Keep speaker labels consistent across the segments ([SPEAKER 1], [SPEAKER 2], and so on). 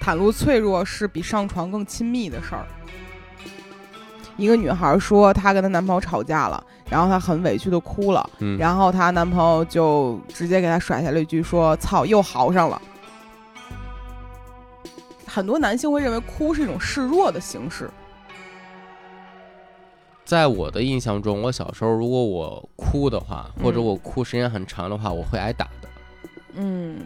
[SPEAKER 1] 袒露脆弱是比上床更亲密的事儿。一个女孩说，她跟她男朋友吵架了，然后她很委屈的哭了，
[SPEAKER 2] 嗯，
[SPEAKER 1] 然后她男朋友就直接给她甩下了一句说：“操，又嚎上了。”很多男性会认为哭是一种示弱的形式，
[SPEAKER 2] 在我的印象中，我小时候如果我哭的话，或者我哭时间很长的话，我会挨打的。
[SPEAKER 1] 嗯，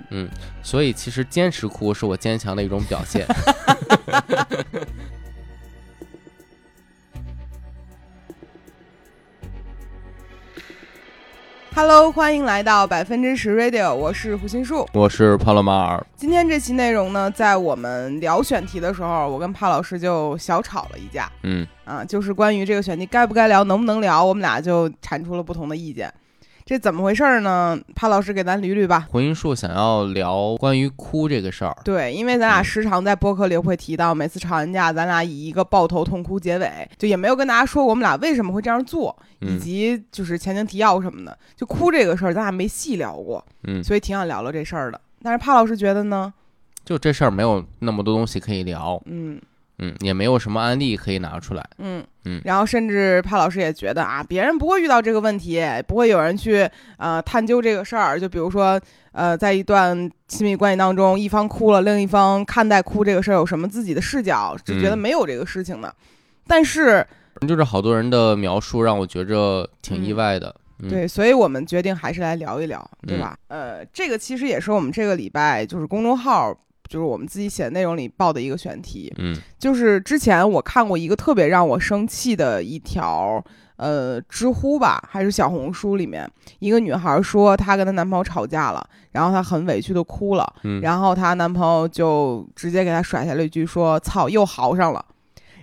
[SPEAKER 2] 所以其实坚持哭是我坚强的一种表 现。
[SPEAKER 1] Hello，欢迎来到百分之十 Radio，我是胡心树。
[SPEAKER 2] 我是帕洛马尔，
[SPEAKER 1] 今天这期内容呢，在我们聊选题的时候，我跟帕老师就小吵了一架
[SPEAKER 2] 嗯，
[SPEAKER 1] 啊，就是关于这个选题该不该聊，能不能聊，我们俩就产出了不同的意见。这怎么回事儿呢？帕老师给咱捋捋吧。
[SPEAKER 2] 回音树想要聊关于哭这个事儿，
[SPEAKER 1] 对，因为咱俩
[SPEAKER 2] 嗯
[SPEAKER 1] 时常在播客里会提到，每次吵完架，咱俩以一个抱头痛哭结尾，就也没有跟大家说我们俩为什么会这样做，以
[SPEAKER 2] 嗯
[SPEAKER 1] 及就是前情提要什么的。就哭这个事儿，咱俩没细聊过，
[SPEAKER 2] 嗯，
[SPEAKER 1] 所以挺想聊聊这事儿的。但是帕老师觉得呢，
[SPEAKER 2] 就这事儿没有那么多东西可以聊，
[SPEAKER 1] 嗯
[SPEAKER 2] 嗯，也没有什么案例可以拿出来，
[SPEAKER 1] 嗯
[SPEAKER 2] 嗯
[SPEAKER 1] 然后甚至帕老师也觉得啊，别人不会遇到这个问题，不会有人去呃探究这个事儿。就比如说呃，在一段亲密关系当中，一方哭了，另一方看待哭这个事儿有什么自己的视角，就觉得
[SPEAKER 2] 嗯
[SPEAKER 1] 没有这个事情呢。但是，
[SPEAKER 2] 就是好多人的描述让我觉着挺意
[SPEAKER 1] 嗯
[SPEAKER 2] 外的，嗯
[SPEAKER 1] 对，所以我们决定还是来聊一聊，对吧？呃，这个其实也是我们这个礼拜就是公众号，就是我们自己写的内容里报的一个选题。
[SPEAKER 2] 嗯
[SPEAKER 1] 就是之前我看过一个特别让我生气的一条，呃，知乎吧还是小红书里面，一个女孩说她跟她男朋友吵架了，然后她很委屈的哭了，
[SPEAKER 2] 嗯，
[SPEAKER 1] 然后她男朋友就直接给她甩下了一句说：“操，又嚎上了。”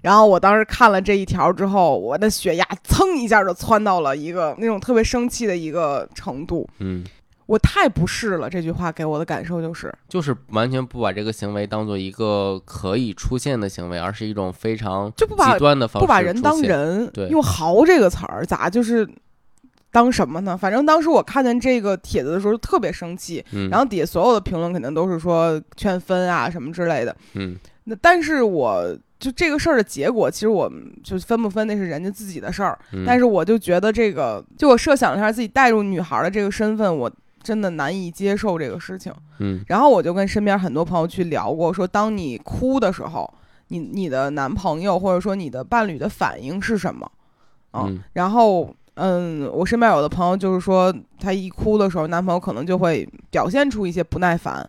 [SPEAKER 1] 然后我当时看了这一条之后，我的血压蹭一下就窜到了一个那种特别生气的一个程度，
[SPEAKER 2] 嗯。
[SPEAKER 1] 我太不适了。这句话给我的感受就是，
[SPEAKER 2] 就是完全不把这个行为当做一个可以出现的行为，而是一种非常
[SPEAKER 1] 就不把
[SPEAKER 2] 极端的方式
[SPEAKER 1] 不把人当
[SPEAKER 2] 出现，
[SPEAKER 1] 人，
[SPEAKER 2] 对
[SPEAKER 1] 用“豪”这个词儿，咋就是当什么呢？反正当时我看见这个帖子的时候特别生气，
[SPEAKER 2] 嗯，
[SPEAKER 1] 然
[SPEAKER 2] 后
[SPEAKER 1] 后底下所有的评论肯定都是说劝分啊什么之类的。
[SPEAKER 2] 嗯
[SPEAKER 1] 那但是我就这个事儿的结果，其实我就分不分那是人家自己的事儿，
[SPEAKER 2] 嗯，
[SPEAKER 1] 但
[SPEAKER 2] 是
[SPEAKER 1] 是我就觉得这个，就我设想了一下自己带入女孩儿的这个身份，我真的难以接受这个事情。
[SPEAKER 2] 嗯
[SPEAKER 1] 然后我就跟身边很多朋友去聊过，说当你哭的时候，你你的男朋友或者说你的伴侣的反应是什么？啊
[SPEAKER 2] 嗯
[SPEAKER 1] 然后，嗯，我身边有的朋友就是说，她一哭的时候，男朋友可能就会表现出一些不耐烦，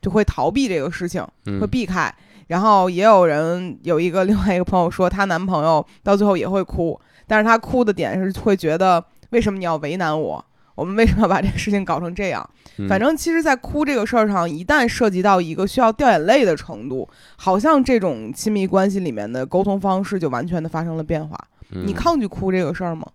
[SPEAKER 1] 就会逃避这个事情，
[SPEAKER 2] 嗯
[SPEAKER 1] 会避开。然后也有人有一个另 外一个朋友说，她男朋友到最后也会哭，但是她哭的点是会觉得为什么你要为难我？我们为什么要把这个事情搞成这样？
[SPEAKER 2] 嗯
[SPEAKER 1] 反正其实，在哭这个事儿上，一旦涉及到一个需要掉眼泪的程度，好像这种亲密关系里面的沟通方式就完全的发生了变化。你
[SPEAKER 2] 嗯
[SPEAKER 1] 抗拒哭这个事儿吗？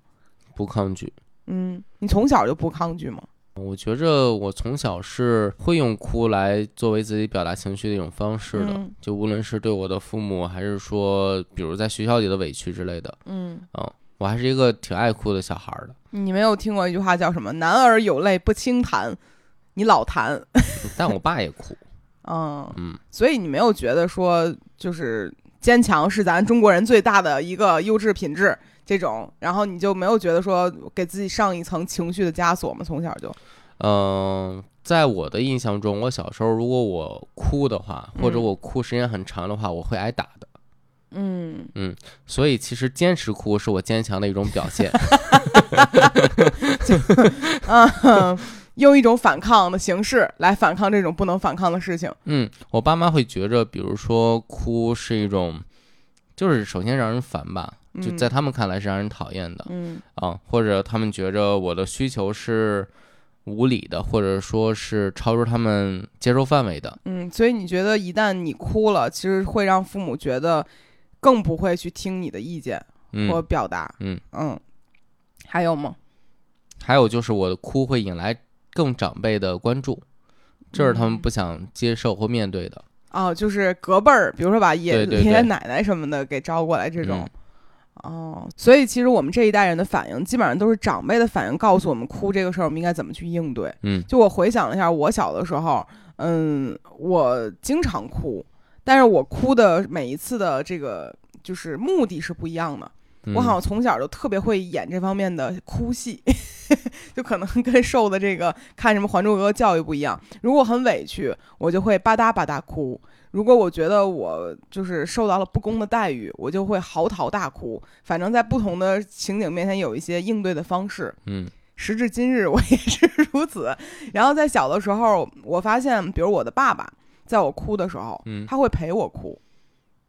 [SPEAKER 2] 不抗拒？
[SPEAKER 1] 嗯，你从小就不抗拒吗？
[SPEAKER 2] 我觉着我从小是会用哭来作为自己表达情绪的一种方式的，
[SPEAKER 1] 嗯
[SPEAKER 2] 就无论是对我的父母，还是说比如在学校里的委屈之类的，
[SPEAKER 1] 嗯，
[SPEAKER 2] 嗯，我还是一个挺爱哭的小孩儿的。
[SPEAKER 1] 你没有听过一句话叫什么“男儿有泪不轻弹”，你老弹，
[SPEAKER 2] 但我爸也 哭，
[SPEAKER 1] 嗯，
[SPEAKER 2] 嗯，
[SPEAKER 1] 所以你没有觉得说就是坚强是咱中国人最大的一个优质品质这种，然后你就没有觉得说给自己上一层情绪的枷锁吗？从小就，
[SPEAKER 2] 嗯，在我的印象中，我小时候如果我哭的话，或者
[SPEAKER 1] 嗯
[SPEAKER 2] 我哭时间很长的话，我会挨打的。
[SPEAKER 1] 嗯，
[SPEAKER 2] 所以其实坚持哭是我坚强的一种表现。
[SPEAKER 1] 啊， 用一种反抗的形式来反抗这种不能反抗的事情。
[SPEAKER 2] 嗯，我爸妈会觉着，比如说哭是一种，就是首先让人烦吧，就
[SPEAKER 1] 嗯
[SPEAKER 2] 在他们看来是让人讨厌的
[SPEAKER 1] 嗯
[SPEAKER 2] 啊，或者他们觉着我的需求是无理的，或者说是超出他们接受范围的。
[SPEAKER 1] 嗯，所以你觉得一旦你哭了，其实会让父母觉得更不会去听你的意见
[SPEAKER 2] 嗯
[SPEAKER 1] 和，表达。
[SPEAKER 2] 嗯
[SPEAKER 1] 嗯，还有吗？
[SPEAKER 2] 还有就是我的哭会引来更长辈的关注，这是他们
[SPEAKER 1] 嗯
[SPEAKER 2] 不想接受或面对的。
[SPEAKER 1] 哦，就是隔辈儿，比如说把爷
[SPEAKER 2] 对对对
[SPEAKER 1] 爷爷奶奶什么的给招过来这种
[SPEAKER 2] 嗯。
[SPEAKER 1] 哦，所以其实我们这一代人的反应，基本上都是长辈的反应告诉我们哭这个事儿，我们应该怎么去应对。
[SPEAKER 2] 嗯
[SPEAKER 1] 就我回想了一下，我小的时候，嗯，我经常哭。但是我哭的每一次的这个就是目的是不一样的。
[SPEAKER 2] 嗯
[SPEAKER 1] 我好像从小就特别会演这方面的哭戏， 就可能跟受的这个看什么《还珠格格》教育不一样。如果很委屈，我就会吧嗒吧嗒哭；如果我觉得我就是受到了不公的待遇，我就会嚎啕大哭。反正，在不同的情景面前有一些应对的方式。
[SPEAKER 2] 嗯
[SPEAKER 1] 时至今日，我 也是如此。然后在小的时候，我发现，比如我的爸爸，在我哭的时候，
[SPEAKER 2] 嗯
[SPEAKER 1] 他会陪我哭。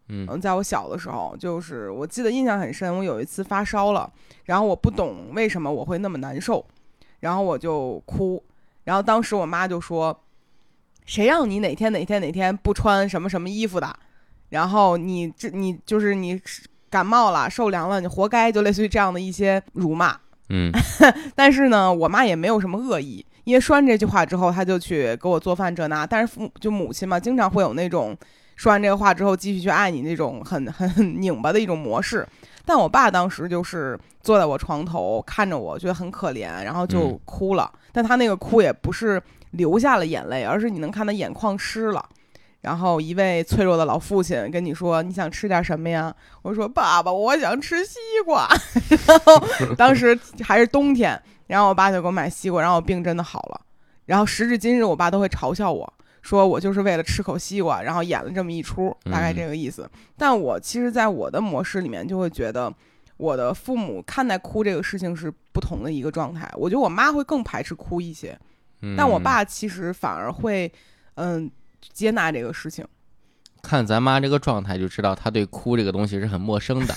[SPEAKER 2] 嗯
[SPEAKER 1] 嗯，在我小的时候，就是我记得印象很深，我有一次发烧了，然后我不懂为什么我会那么难受，然后我就哭，然后当时我妈就说：“谁让你哪天哪天哪天不穿什么什么衣服的？然后你这你就是你感冒了、受凉了，你活该。”就类似于这样的一些辱骂。
[SPEAKER 2] 嗯
[SPEAKER 1] 但是呢，我妈也没有什么恶意，因为说完这句话之后，她就去给我做饭这那。但是父就母亲嘛，经常会有那种说完这个话之后继续去爱你那种很很拧巴的一种模式。但我爸当时就是坐在我床头看着我，觉得很可怜，然后就
[SPEAKER 2] 嗯
[SPEAKER 1] 哭了。但他那个哭也不是流下了眼泪，而是你能看他眼眶湿了。然后一位脆弱的老父亲跟你说：“你想吃点什么呀？”我说：“爸爸，我想吃西瓜。”然后当时还是冬天，然后我爸就给我买西瓜，然后我病真的好了。然后时至今日，我爸都会嘲笑我说我就是为了吃口西瓜，然后演了这么一出，大概这个意思。但我其实，在我的模式里面，就会觉得我的父母看待哭这个事情是不同的一个状态。我觉得我妈会更排斥哭一些，
[SPEAKER 2] 嗯，
[SPEAKER 1] 但我爸其实反而会，嗯，接纳这个事情。
[SPEAKER 2] 看咱妈这个状态就知道，她对哭这个东西是很 陌生的。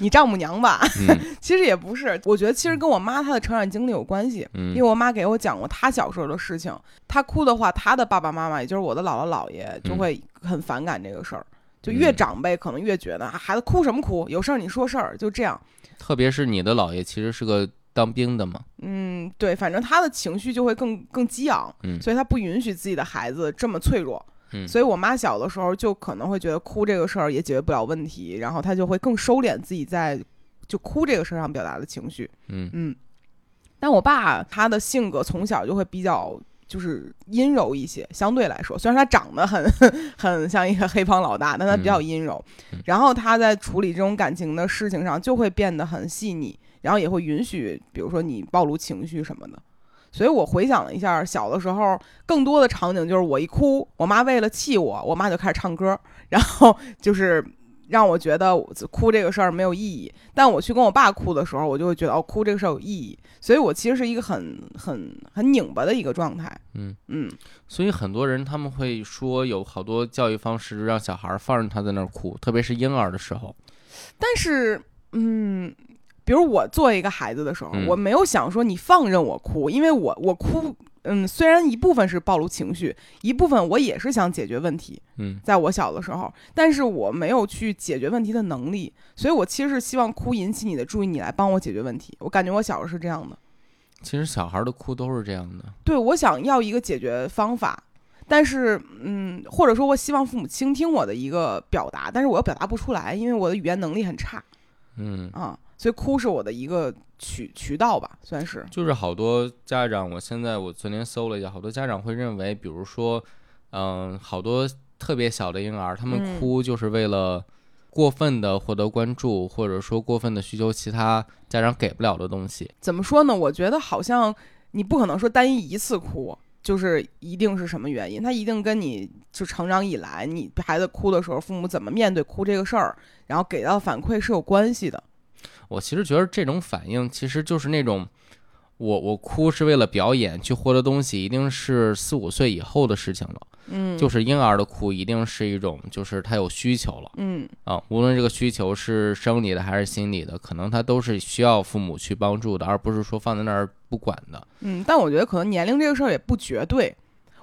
[SPEAKER 1] 你丈母娘吧，
[SPEAKER 2] 嗯
[SPEAKER 1] 其实也不是，我觉得其实跟我妈她的成长经历有关系。因为
[SPEAKER 2] 嗯
[SPEAKER 1] 我妈给我讲过她小时候的事情，她哭的话，她的爸爸妈妈，也就是我的姥姥姥爷，就
[SPEAKER 2] 嗯
[SPEAKER 1] 会很反感这个事儿。就越
[SPEAKER 2] 嗯
[SPEAKER 1] 长辈可能越觉得、啊孩子哭什么哭，有事儿你说事儿，就这样。
[SPEAKER 2] 特别是你的姥爷其实是个当兵的嘛，
[SPEAKER 1] 嗯，对，反正他的情绪就会更更激昂，
[SPEAKER 2] 嗯
[SPEAKER 1] 所以他不允许自己的孩子这么脆弱。
[SPEAKER 2] 嗯
[SPEAKER 1] 所以我妈小的时候就可能会觉得哭这个事儿也解决不了问题，然后她就会更收敛自己在就哭这个事儿上表达的情绪。
[SPEAKER 2] 嗯
[SPEAKER 1] 嗯，但我爸他的性格从小就会比较就是阴柔一些，相对来说，虽然他长得很 很像一个黑帮老大，但他比较阴柔。
[SPEAKER 2] 嗯
[SPEAKER 1] 然后他在处理这种感情的事情上，就会变得很细腻，然后也会允许，比如说你暴露情绪什么的。所以我回想了一下，小的时候更多的场景就是我一哭，我妈为了气我，我妈就开始唱歌， 然后就是让我觉得我哭这个事儿没有意义。但我去跟我爸哭的时候，我就会觉得哦，哭这个事儿有意义。所以我其实是一个很很很拧巴的一个状态。
[SPEAKER 2] 嗯。
[SPEAKER 1] 嗯，
[SPEAKER 2] 所以很多人他们会说，有好多教育方式让小孩儿放任他在那儿哭，特别是婴儿的时候。
[SPEAKER 1] 但是嗯，比如我作为一个孩子的时候，
[SPEAKER 2] 嗯
[SPEAKER 1] 我没有想说你放任我哭，因为我我哭。嗯，虽然一部分是暴露情绪，一部分我也是想解决问题。
[SPEAKER 2] 嗯
[SPEAKER 1] 在我小的时候，但是我没有去解决问题的能力，所以我其实是希望哭引起你的注意，你来帮我解决问题。我感觉我小时候是这样的，
[SPEAKER 2] 其实小孩儿的哭都是这样的。
[SPEAKER 1] 对我想要一个解决方法，但是嗯，或者说我希望父母倾听我的一个表达，但是我又表达不出来，因为我的语言能力很差
[SPEAKER 2] 嗯，
[SPEAKER 1] 啊，所以哭是我的一个渠渠道吧，算是，
[SPEAKER 2] 就是好多家长，我现在我昨天搜了一下，好多家长会认为，比如说，嗯、好多特别小的婴儿，他
[SPEAKER 1] 嗯
[SPEAKER 2] 们哭就是为了过分的获得关注，或者说过分的需求其他家长给不了的东西。
[SPEAKER 1] 怎么说呢？我觉得好像你不可能说单一一次哭，就是一定是什么原因，他一定跟你就成长以来，你孩子哭的时候，父母怎么面对哭这个事儿，然后给到反馈是有关系的。
[SPEAKER 2] 我其实觉得这种反应其实就是那种，我我哭是为了表演去获得东西，一定是四五岁以后的事情了。
[SPEAKER 1] 嗯，
[SPEAKER 2] 就是婴儿的哭一定是一种，就是他有需求了。
[SPEAKER 1] 嗯
[SPEAKER 2] 啊，无论这个需求是生理的还是心理的，可能他都是需要父母去帮助的，而不是说放在那儿不管的。
[SPEAKER 1] 嗯，但我觉得可能年龄这个事儿也不绝对。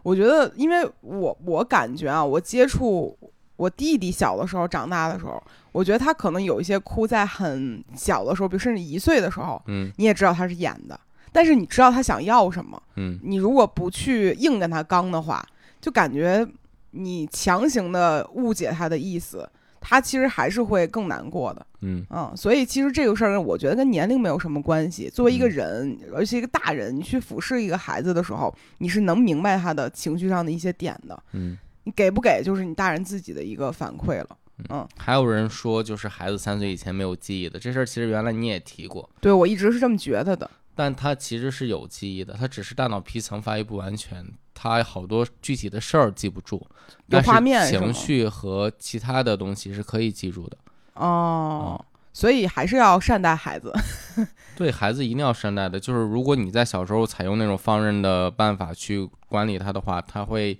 [SPEAKER 1] 我觉得，因为我我感觉啊，我接触我弟弟小的时候、长大的时候，我觉得他可能有一些哭，在很小的时候，比如甚至一岁的时候，
[SPEAKER 2] 嗯
[SPEAKER 1] 你也知道他是演的，但是你知道他想要什么。
[SPEAKER 2] 嗯
[SPEAKER 1] 你如果不去硬跟他刚的话，就感觉你强行的误解他的意思，他其实还是会更难过的。
[SPEAKER 2] 嗯
[SPEAKER 1] 嗯，所以其实这个事儿，我觉得跟年龄没有什么关系。作为一个人，而且一个大人，你去俯视一个孩子的时候，你是能明白他的情绪上的一些点的。
[SPEAKER 2] 嗯，
[SPEAKER 1] 你给不给就是你大人自己的一个反馈了。
[SPEAKER 2] 还有人说，就是孩子三岁以前没有记忆的这事儿，其实原来你也提过，
[SPEAKER 1] 对我一直是这么觉得的。
[SPEAKER 2] 但他其实是有记忆的，他只是大脑皮层发育不完全，他好多具体的事儿记不住，
[SPEAKER 1] 有
[SPEAKER 2] 但是
[SPEAKER 1] 画面是吗
[SPEAKER 2] 情绪和其他的东西是可以记住的。
[SPEAKER 1] 哦，所以还是要善待孩子。
[SPEAKER 2] 对孩子一定要善待的，就是如果你在小时候采用那种放任的办法去管理他的话，他会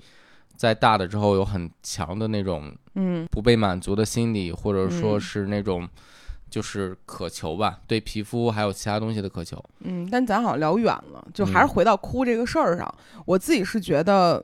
[SPEAKER 2] 在大了之后有很强的那种
[SPEAKER 1] 嗯
[SPEAKER 2] 不被满足的心理，或者说
[SPEAKER 1] 嗯
[SPEAKER 2] 是那种就是渴求吧，对皮肤还有其他东西的渴求。
[SPEAKER 1] 嗯，但咱好像聊远了，就还是回到哭这个事儿上。我自己是觉得，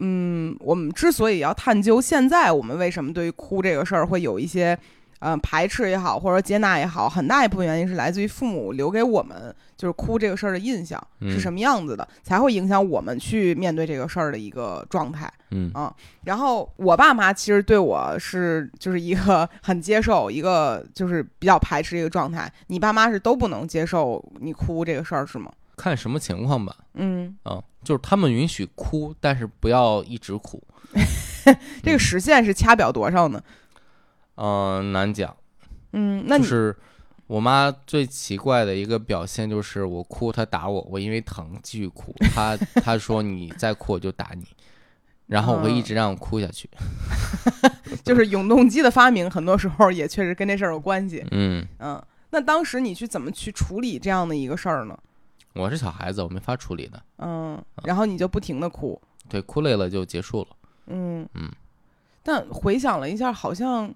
[SPEAKER 1] 嗯，我们之所以要探究现在我们为什么对于哭这个事儿会有一些。嗯，排斥也好，或者接纳也好，很大一部分原因是来自于父母留给我们就是哭这个事儿的印象是
[SPEAKER 2] 嗯
[SPEAKER 1] 什么样子的，才会影响我们去面对这个事儿的一个状态。
[SPEAKER 2] 嗯
[SPEAKER 1] 啊然后我爸妈其实对我是就是一个很接受，一个就是比较排斥的一个状态。你爸妈是都不能接受你哭这个事儿是吗？
[SPEAKER 2] 看什么情况吧，
[SPEAKER 1] 嗯，
[SPEAKER 2] 嗯，就是他们允许哭，但是不要一直哭。
[SPEAKER 1] 这个时限是掐表多少呢？
[SPEAKER 2] 嗯、难讲。
[SPEAKER 1] 嗯，那
[SPEAKER 2] 就
[SPEAKER 1] 你、
[SPEAKER 2] 是我妈最奇怪的一个表现就是我哭她打我，我因为疼继续哭， 她她说你再哭我就打你，然后我
[SPEAKER 1] 嗯
[SPEAKER 2] 会一直让我哭下 去。
[SPEAKER 1] 就是永动机的发明，很多时候也确实跟这事儿有关系。
[SPEAKER 2] 嗯，
[SPEAKER 1] 嗯，那当时你去怎么去处理这样的一个事儿呢？
[SPEAKER 2] 我是小孩子，我没法处理的。
[SPEAKER 1] 嗯，然后你就不停的哭。
[SPEAKER 2] 对，哭累了就结束了。
[SPEAKER 1] 嗯
[SPEAKER 2] 嗯，
[SPEAKER 1] 但回想了一下，好像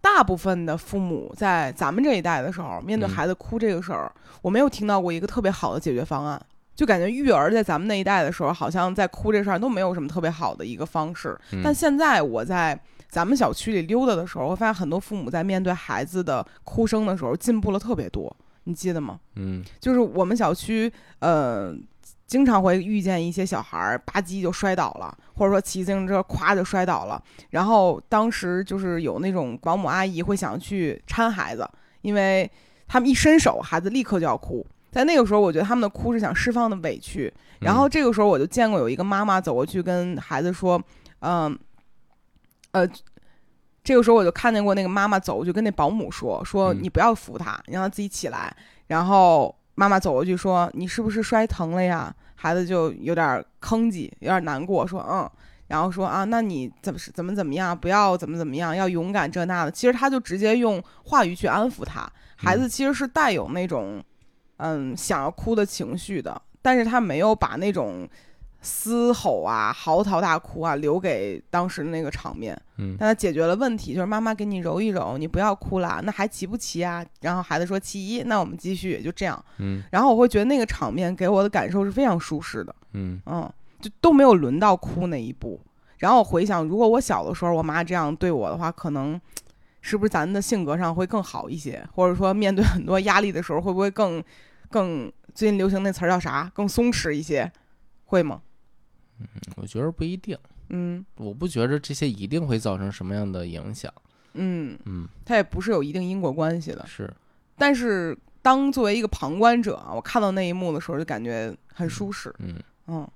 [SPEAKER 1] 大部分的父母在咱们这一代的时候，面对
[SPEAKER 2] 嗯
[SPEAKER 1] 孩子哭这个事儿，我没有听到过一个特别好的解决方案。就感觉育儿在咱们那一代的时候，好像在哭这事儿都没有什么特别好的一个方式。
[SPEAKER 2] 嗯
[SPEAKER 1] 但现在我在咱们小区里溜达的时候，我发现很多父母在面对孩子的哭声的时候进步了特别多，你记得吗？
[SPEAKER 2] 嗯
[SPEAKER 1] 就是我们小区，呃，经常会遇见一些小孩儿吧唧就摔倒了，或者说骑自行车咵就摔倒了。然后当时就是有那种保姆阿姨会想去搀孩子，因为他们一伸手，孩子立刻就要哭。在那个时候，我觉得他们的哭是想释放的委屈。
[SPEAKER 2] 嗯
[SPEAKER 1] 然后这个时候，我就见过有一个妈妈走过去跟孩子说：“嗯，呃，这个时候我就看见过那个妈妈走过去跟那保姆说，说
[SPEAKER 2] 嗯
[SPEAKER 1] 你不要扶他，你让他自己起来。”然后妈妈走过去说：“你是不是摔疼了呀？”孩子就有点吭叽，有点难过，说：“嗯。”然后说：“啊，那你怎么是怎么怎么样？不要怎么怎么样，要勇敢这那的。”其实他就直接用话语去安抚他。孩子其实是带有那种嗯想要哭的情绪的，但是他没有把那种嘶吼啊、嚎啕大哭啊留给当时的那个场面。
[SPEAKER 2] 嗯
[SPEAKER 1] 但他解决了问题，就是妈妈给你揉一揉，你不要哭啦。那还骑不骑啊？然后孩子说骑一，那我们继续，也就这样。
[SPEAKER 2] 嗯
[SPEAKER 1] 然后我会觉得那个场面给我的感受是非常舒适的，
[SPEAKER 2] 嗯
[SPEAKER 1] 嗯，就都没有轮到哭那一步。然后我回想，如果我小的时候我妈这样对我的话，可能是不是咱的性格上会更好一些，或者说面对很多压力的时候，会不会更更最近流行那词儿叫啥？更松弛一些，会吗？
[SPEAKER 2] 我觉得不一定，
[SPEAKER 1] 嗯
[SPEAKER 2] 我不觉得这些一定会造成什么样的影响。
[SPEAKER 1] 嗯，
[SPEAKER 2] 嗯，
[SPEAKER 1] 它也不是有一定因果关系的。
[SPEAKER 2] 是
[SPEAKER 1] 但是当作为一个旁观者啊，我看到那一幕的时候，就感觉很舒适。
[SPEAKER 2] 嗯
[SPEAKER 1] 嗯，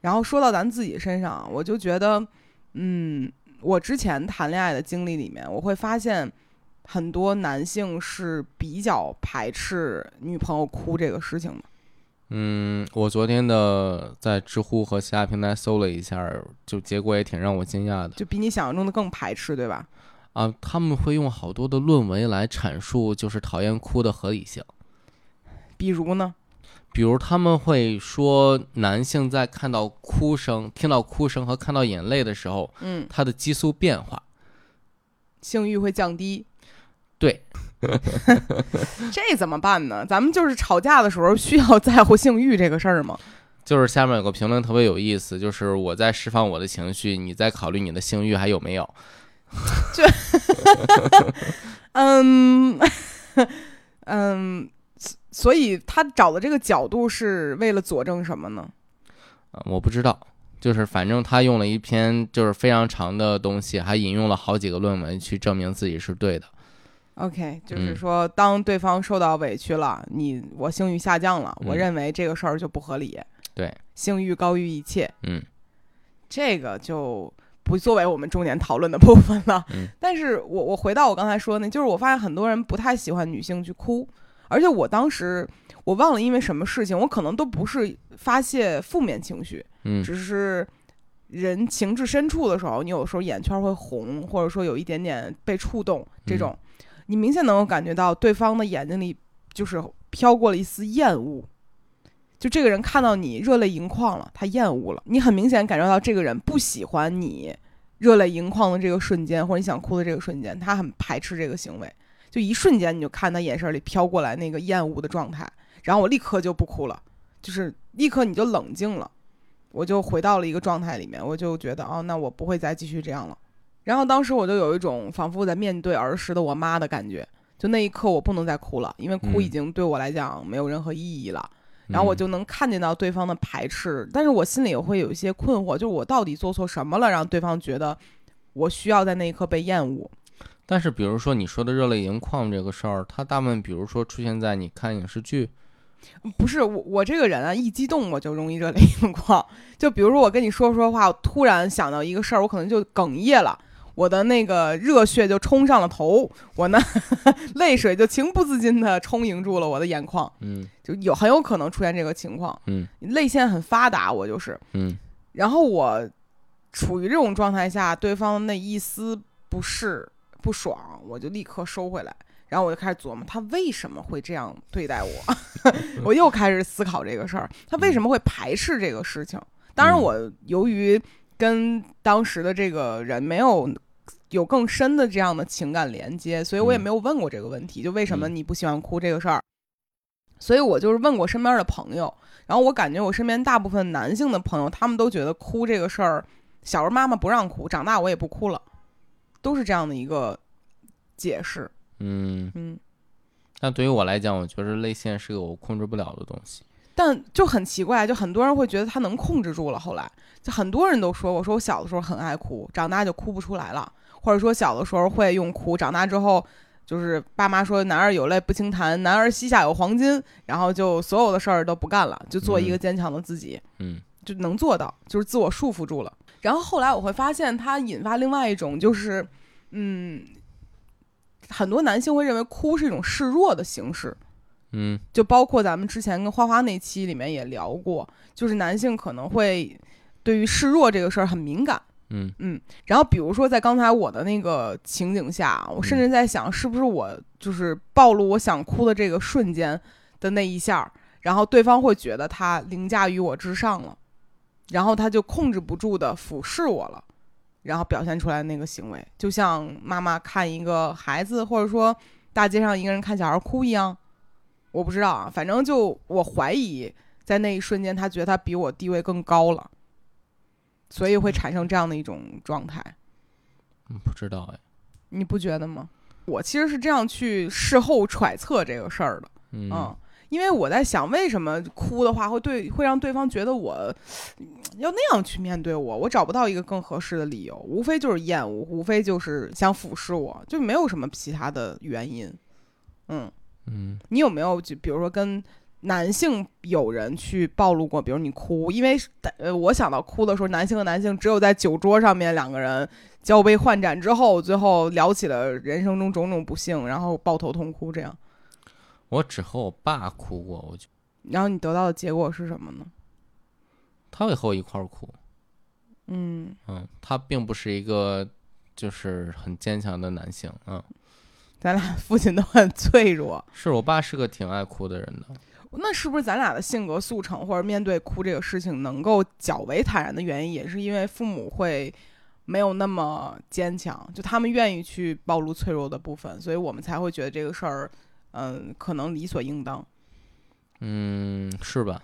[SPEAKER 1] 然后说到咱自己身上，我就觉得，嗯，我之前谈恋爱的经历里面，我会发现很多男性是比较排斥女朋友哭这个事情的。
[SPEAKER 2] 嗯，我昨天的在知乎和其他平台搜了一下儿，就结果也挺让我惊讶的。
[SPEAKER 1] 就比你想象中的更排斥，对吧？
[SPEAKER 2] 啊，他们会用好多的论文来阐述，就是讨厌哭的合理性。
[SPEAKER 1] 比如呢，
[SPEAKER 2] 比如他们会说，男性在看到哭声、听到哭声和看到眼泪的时候，
[SPEAKER 1] 嗯，
[SPEAKER 2] 他的激素变化。
[SPEAKER 1] 性欲会降低，
[SPEAKER 2] 对，
[SPEAKER 1] 这怎么办呢？咱们就是吵架的时候需要在乎性欲这个事儿吗？
[SPEAKER 2] 就是下面有个评论特别有意思，就是我在释放我的情绪，你在考虑你的性欲还有没有？
[SPEAKER 1] 嗯嗯，所以他找的这个角度是为了佐证什么呢？
[SPEAKER 2] 啊，我不知道。就是反正他用了一篇就是非常长的东西，还引用了好几个论文去证明自己是对的。
[SPEAKER 1] OK，就是
[SPEAKER 2] 嗯
[SPEAKER 1] 说，当对方受到委屈了，你我性欲下降了，我
[SPEAKER 2] 嗯
[SPEAKER 1] 认为这个事儿就不合理，
[SPEAKER 2] 对，
[SPEAKER 1] 性欲高于一切。
[SPEAKER 2] 嗯，
[SPEAKER 1] 这个就不作为我们重点讨论的部分了。
[SPEAKER 2] 嗯
[SPEAKER 1] 但是我我回到我刚才说的那，就是我发现很多人不太喜欢女性去哭，而且我当时我忘了因为什么事情，我可能都不是发泄负面情绪，
[SPEAKER 2] 嗯
[SPEAKER 1] 只是人情至深处的时候，你有时候眼圈会红，或者说有一点点被触动，这种、你明显能够感觉到对方的眼睛里就是飘过了一丝厌恶。就这个人看到你热泪盈眶了，他厌恶了，你很明显感受到这个人不喜欢你热泪盈眶的这个瞬间，或者你想哭的这个瞬间，他很排斥这个行为。就一瞬间，你就看他眼神里飘过来那个厌恶的状态，然后我立刻就不哭了，就是立刻你就冷静了。我就回到了一个状态里面，我就觉得哦，那我不会再继续这样了。然后当时我就有一种仿佛在面对儿时的我妈的感觉，就那一刻我不能再哭了，因为哭
[SPEAKER 2] 嗯
[SPEAKER 1] 已经对我来讲没有任何意义了。然后我就能看见到对方的排斥，但是我心里也会有一些困惑，就是我到底做错什么了，让对方觉得我需要在那一刻被厌恶？
[SPEAKER 2] 但是比如说你说的热泪盈眶这个事儿，它大部分比如说出现在你看影视剧，
[SPEAKER 1] 不是我，我这个人啊，一激动我就容易热泪盈眶。就比如说我跟你说说话，我突然想到一个事儿，我可能就哽咽了。我的那个热血就冲上了头，我呢， 泪水就情不自禁的充盈住了我的眼眶，
[SPEAKER 2] 嗯
[SPEAKER 1] 就有很有可能出现这个情况，
[SPEAKER 2] 嗯
[SPEAKER 1] 泪腺很发达，我就是，
[SPEAKER 2] 嗯
[SPEAKER 1] 然后我处于这种状态下，对方那一丝不适、不爽，我就立刻收回来。然后我就开始琢磨，他为什么会这样对待我？ 我又开始思考这个事儿，他为什么会排斥这个事情？当然，
[SPEAKER 2] 嗯
[SPEAKER 1] 我由于跟当时的这个人没有有更深的这样的情感连接，所以我也
[SPEAKER 2] 嗯
[SPEAKER 1] 没有问过这个问题，就为什么
[SPEAKER 2] 嗯
[SPEAKER 1] 你不喜欢哭这个事儿。所以我就是问过身边的朋友，然后我感觉我身边大部分男性的朋友，他们都觉得哭这个事儿，小时候妈妈不让哭，长大我也不哭了，都是这样的一个解释。
[SPEAKER 2] 嗯。
[SPEAKER 1] 嗯，
[SPEAKER 2] 但对于我来讲，我觉得泪腺是个我控制不了的东西。
[SPEAKER 1] 但就很奇怪，就很多人会觉得他能控制住了。后来就很多人都说，我说我小的时候很爱哭，长大就哭不出来了，或者说小的时候会用哭，长大之后。就是爸妈说“男儿有泪不轻弹，男儿膝下有黄金”，然后就所有的事儿都不干了，就做一个
[SPEAKER 2] 嗯
[SPEAKER 1] 坚强的自己。
[SPEAKER 2] 嗯
[SPEAKER 1] 就能做到，就是自我束缚住了。然后后来我会发现，它引发另外一种就是，嗯，很多男性会认为哭是一种示弱的形式，
[SPEAKER 2] 嗯
[SPEAKER 1] 就包括咱们之前跟花花那期里面也聊过，就是男性可能会对于示弱这个事儿很敏感。
[SPEAKER 2] 嗯
[SPEAKER 1] 然后比如说在刚才我的那个情景下，啊我甚
[SPEAKER 2] 嗯
[SPEAKER 1] 至在想，是不是我就是暴露我想哭的这个瞬间的那一下儿，然后对方会觉得他凌驾于我之上了，然后他就控制不住的俯视我了，然后表现出来那个行为，就像妈妈看一个孩子，或者说大街上一个人看小孩哭一样。我不知道啊，反正就我怀疑，在那一瞬间，他觉得他比我地位更高了，所以会产生这样的一种状态。
[SPEAKER 2] 嗯，不知道哎。
[SPEAKER 1] 你不觉得吗？我其实是这样去事后揣测这个事儿的，
[SPEAKER 2] 嗯
[SPEAKER 1] 嗯，因为我在想，为什么哭的话会对会让对方觉得我嗯要那样去面对我，我找不到一个更合适的理由，无非就是厌恶，无非就是想俯视我，就没有什么其他的原因。嗯，
[SPEAKER 2] 嗯
[SPEAKER 1] 你有没有就比如说跟男性友人去暴露过，比如你哭，因为呃，我想到哭的时候，男性和男性只有在酒桌上面两个人交杯换盏之后，最后聊起了人生中种种不幸，然后抱头痛哭这样。
[SPEAKER 2] 我只和我爸哭过，我就
[SPEAKER 1] 然后你得到的结果是什么呢？
[SPEAKER 2] 他会和我一块儿哭。
[SPEAKER 1] 嗯，
[SPEAKER 2] 嗯，他并不是一个就是很坚强的男性。嗯，
[SPEAKER 1] 咱俩父亲都很脆弱，
[SPEAKER 2] 是我爸是个挺爱哭的人的。
[SPEAKER 1] 那是不是咱俩的性格速成或者面对哭这个事情能够较为坦然的原因，也是因为父母会没有那么坚强，就他们愿意去暴露脆弱的部分，所以我们才会觉得这个事儿，嗯，可能理所应当。
[SPEAKER 2] 嗯，是吧？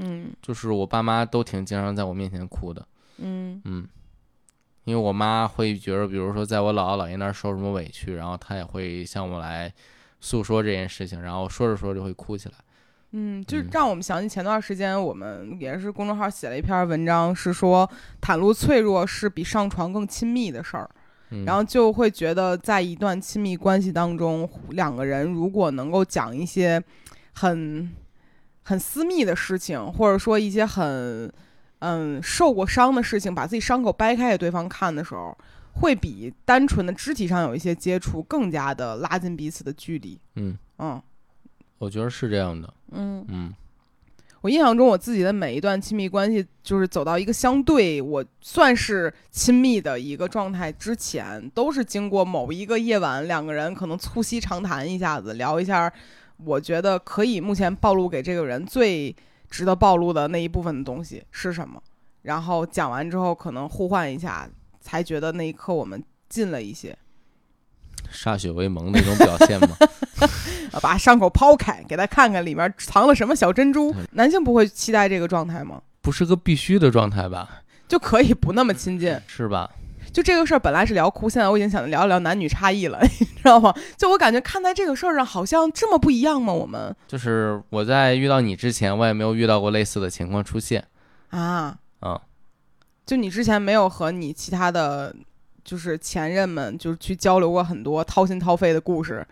[SPEAKER 1] 嗯
[SPEAKER 2] 就是我爸妈都挺经常在我面前哭的。
[SPEAKER 1] 嗯
[SPEAKER 2] 嗯，因为我妈会觉得，比如说在我姥姥姥爷那儿受什么委屈，然后她也会向我来诉说这件事情，然后说着说着就会哭起来。
[SPEAKER 1] 嗯，就是
[SPEAKER 2] 嗯
[SPEAKER 1] 让我们想起前段时间我们也是公众号写了一篇文章，是说袒露脆弱是比上床更亲密的事儿。
[SPEAKER 2] 嗯、
[SPEAKER 1] 然后就会觉得，在一段亲密关系当中，两个人如果能够讲一些很很私密的事情，或者说一些很嗯受过伤的事情，把自己伤口掰开给对方看的时候，会比单纯的肢体上有一些接触更加的拉近彼此的距离。
[SPEAKER 2] 嗯，
[SPEAKER 1] 嗯
[SPEAKER 2] 我觉得是这样的。
[SPEAKER 1] 嗯，
[SPEAKER 2] 嗯
[SPEAKER 1] 我印象中我自己的每一段亲密关系，就是走到一个相对我算是亲密的一个状态之前，都是经过某一个夜晚，两个人可能促膝长谈一下子，聊一下，我觉得可以目前暴露给这个人最值得暴露的那一部分的东西是什么，然后讲完之后可能互换一下，才觉得那一刻我们近了一些，
[SPEAKER 2] 歃血为盟的一种表现 嘛。
[SPEAKER 1] 啊把伤口剖开，给他看看里面藏了什么小珍珠。男性不会期待这个状态吗？
[SPEAKER 2] 不是个必须的状态吧？
[SPEAKER 1] 就可以不那么亲近。
[SPEAKER 2] 是吧？
[SPEAKER 1] 就这个事儿本来是聊哭，现在我已经想聊一聊男女差异了， 你知道吗？就我感觉看待这个事儿上好像这么不一样吗？我们
[SPEAKER 2] 就是我在遇到你之前，我也没有遇到过类似的情况出现。
[SPEAKER 1] 啊，
[SPEAKER 2] 嗯，
[SPEAKER 1] 就你之前没有和你其他的就是前任们就是去交流过很多掏心掏肺的故事，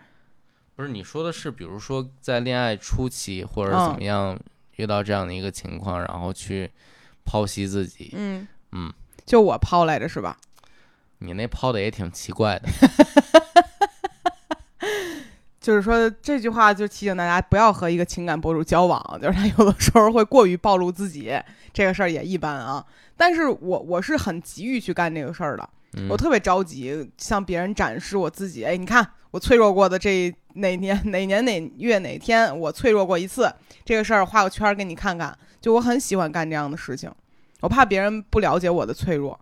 [SPEAKER 2] 不是你说的是，比如说在恋爱初期或者
[SPEAKER 1] 嗯
[SPEAKER 2] 怎么样遇到这样的一个情况，然后去剖析自己。
[SPEAKER 1] 嗯
[SPEAKER 2] 嗯，
[SPEAKER 1] 就我抛来着是吧？
[SPEAKER 2] 你那抛的也挺奇怪的，
[SPEAKER 1] 就是说这句话就提醒大家不要和一个情感博主交往，就是他有的时候会过于暴露自己，这个事儿也一般啊。但是我我是很急于去干这个事儿的，
[SPEAKER 2] 嗯
[SPEAKER 1] 我特别着急向别人展示我自己。哎，你看我脆弱过的这哪年哪年哪月哪天我脆弱过一次，这个事儿画个圈儿给你看看。就我很喜欢干这样的事情，我怕别人不了解我的脆弱。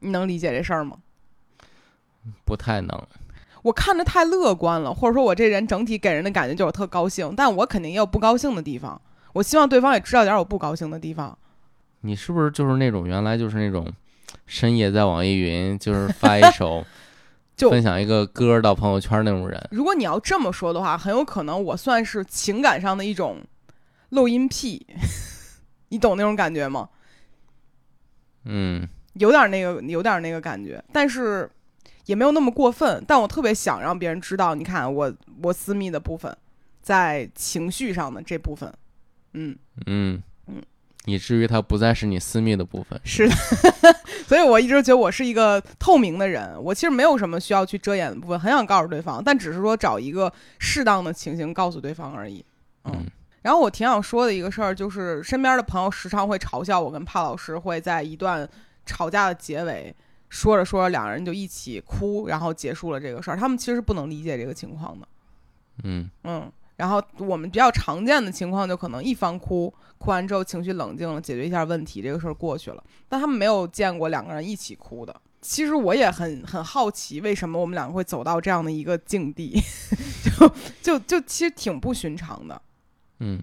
[SPEAKER 1] 你能理解这事儿吗？
[SPEAKER 2] 不太能。
[SPEAKER 1] 我看着太乐观了，或者说我这人整体给人的感觉就是我特高兴，但我肯定也有不高兴的地方。我希望对方也知道点我不高兴的地方。
[SPEAKER 2] 你是不是就是那种原来就是那种深夜在网易云就是发一首
[SPEAKER 1] 就
[SPEAKER 2] 分享一个歌到朋友圈那种人？
[SPEAKER 1] 如果你要这么说的话，很有可能我算是情感上的一种漏音癖， 你懂那种感觉吗？
[SPEAKER 2] 嗯，
[SPEAKER 1] 有点那个，有点那个感觉，但是也没有那么过分。但我特别想让别人知道，你看我我私密的部分，在情绪上的这部分，嗯。
[SPEAKER 2] 嗯
[SPEAKER 1] 嗯，
[SPEAKER 2] 以至于它不再是你私密的部分。
[SPEAKER 1] 是的， 所以我一直觉得我是一个透明的人，我其实没有什么需要去遮掩的部分，很想告诉对方，但只是说找一个适当的情形告诉对方而已。嗯
[SPEAKER 2] 嗯
[SPEAKER 1] 然后我挺想说的一个事儿，就是身边的朋友时常会嘲笑我跟帕老师会在一段吵架的结尾说着说着两人就一起哭，然后结束了这个事儿。他们其实不能理解这个情况的，
[SPEAKER 2] 嗯
[SPEAKER 1] 嗯。然后我们比较常见的情况就可能一方哭，哭完之后情绪冷静了，解决一下问题，这个事儿过去了。但他们没有见过两个人一起哭的。其实我也很很好奇，为什么我们两个会走到这样的一个境地， 就就就其实挺不寻常的。
[SPEAKER 2] 嗯，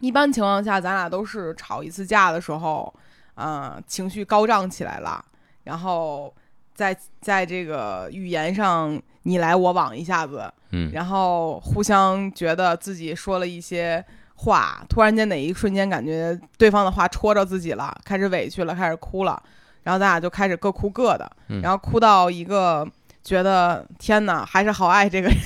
[SPEAKER 1] 一般情况下，咱俩都是吵一次架的时候，啊、情绪高涨起来了，然后在在这个语言上你来我往一下子，
[SPEAKER 2] 嗯
[SPEAKER 1] 然后互相觉得自己说了一些话，突然间哪一瞬间感觉对方的话戳着自己了，开始委屈了，开始哭了，然后咱俩就开始各哭各的，
[SPEAKER 2] 嗯
[SPEAKER 1] 然后哭到一个觉得天哪，还是好爱这个人，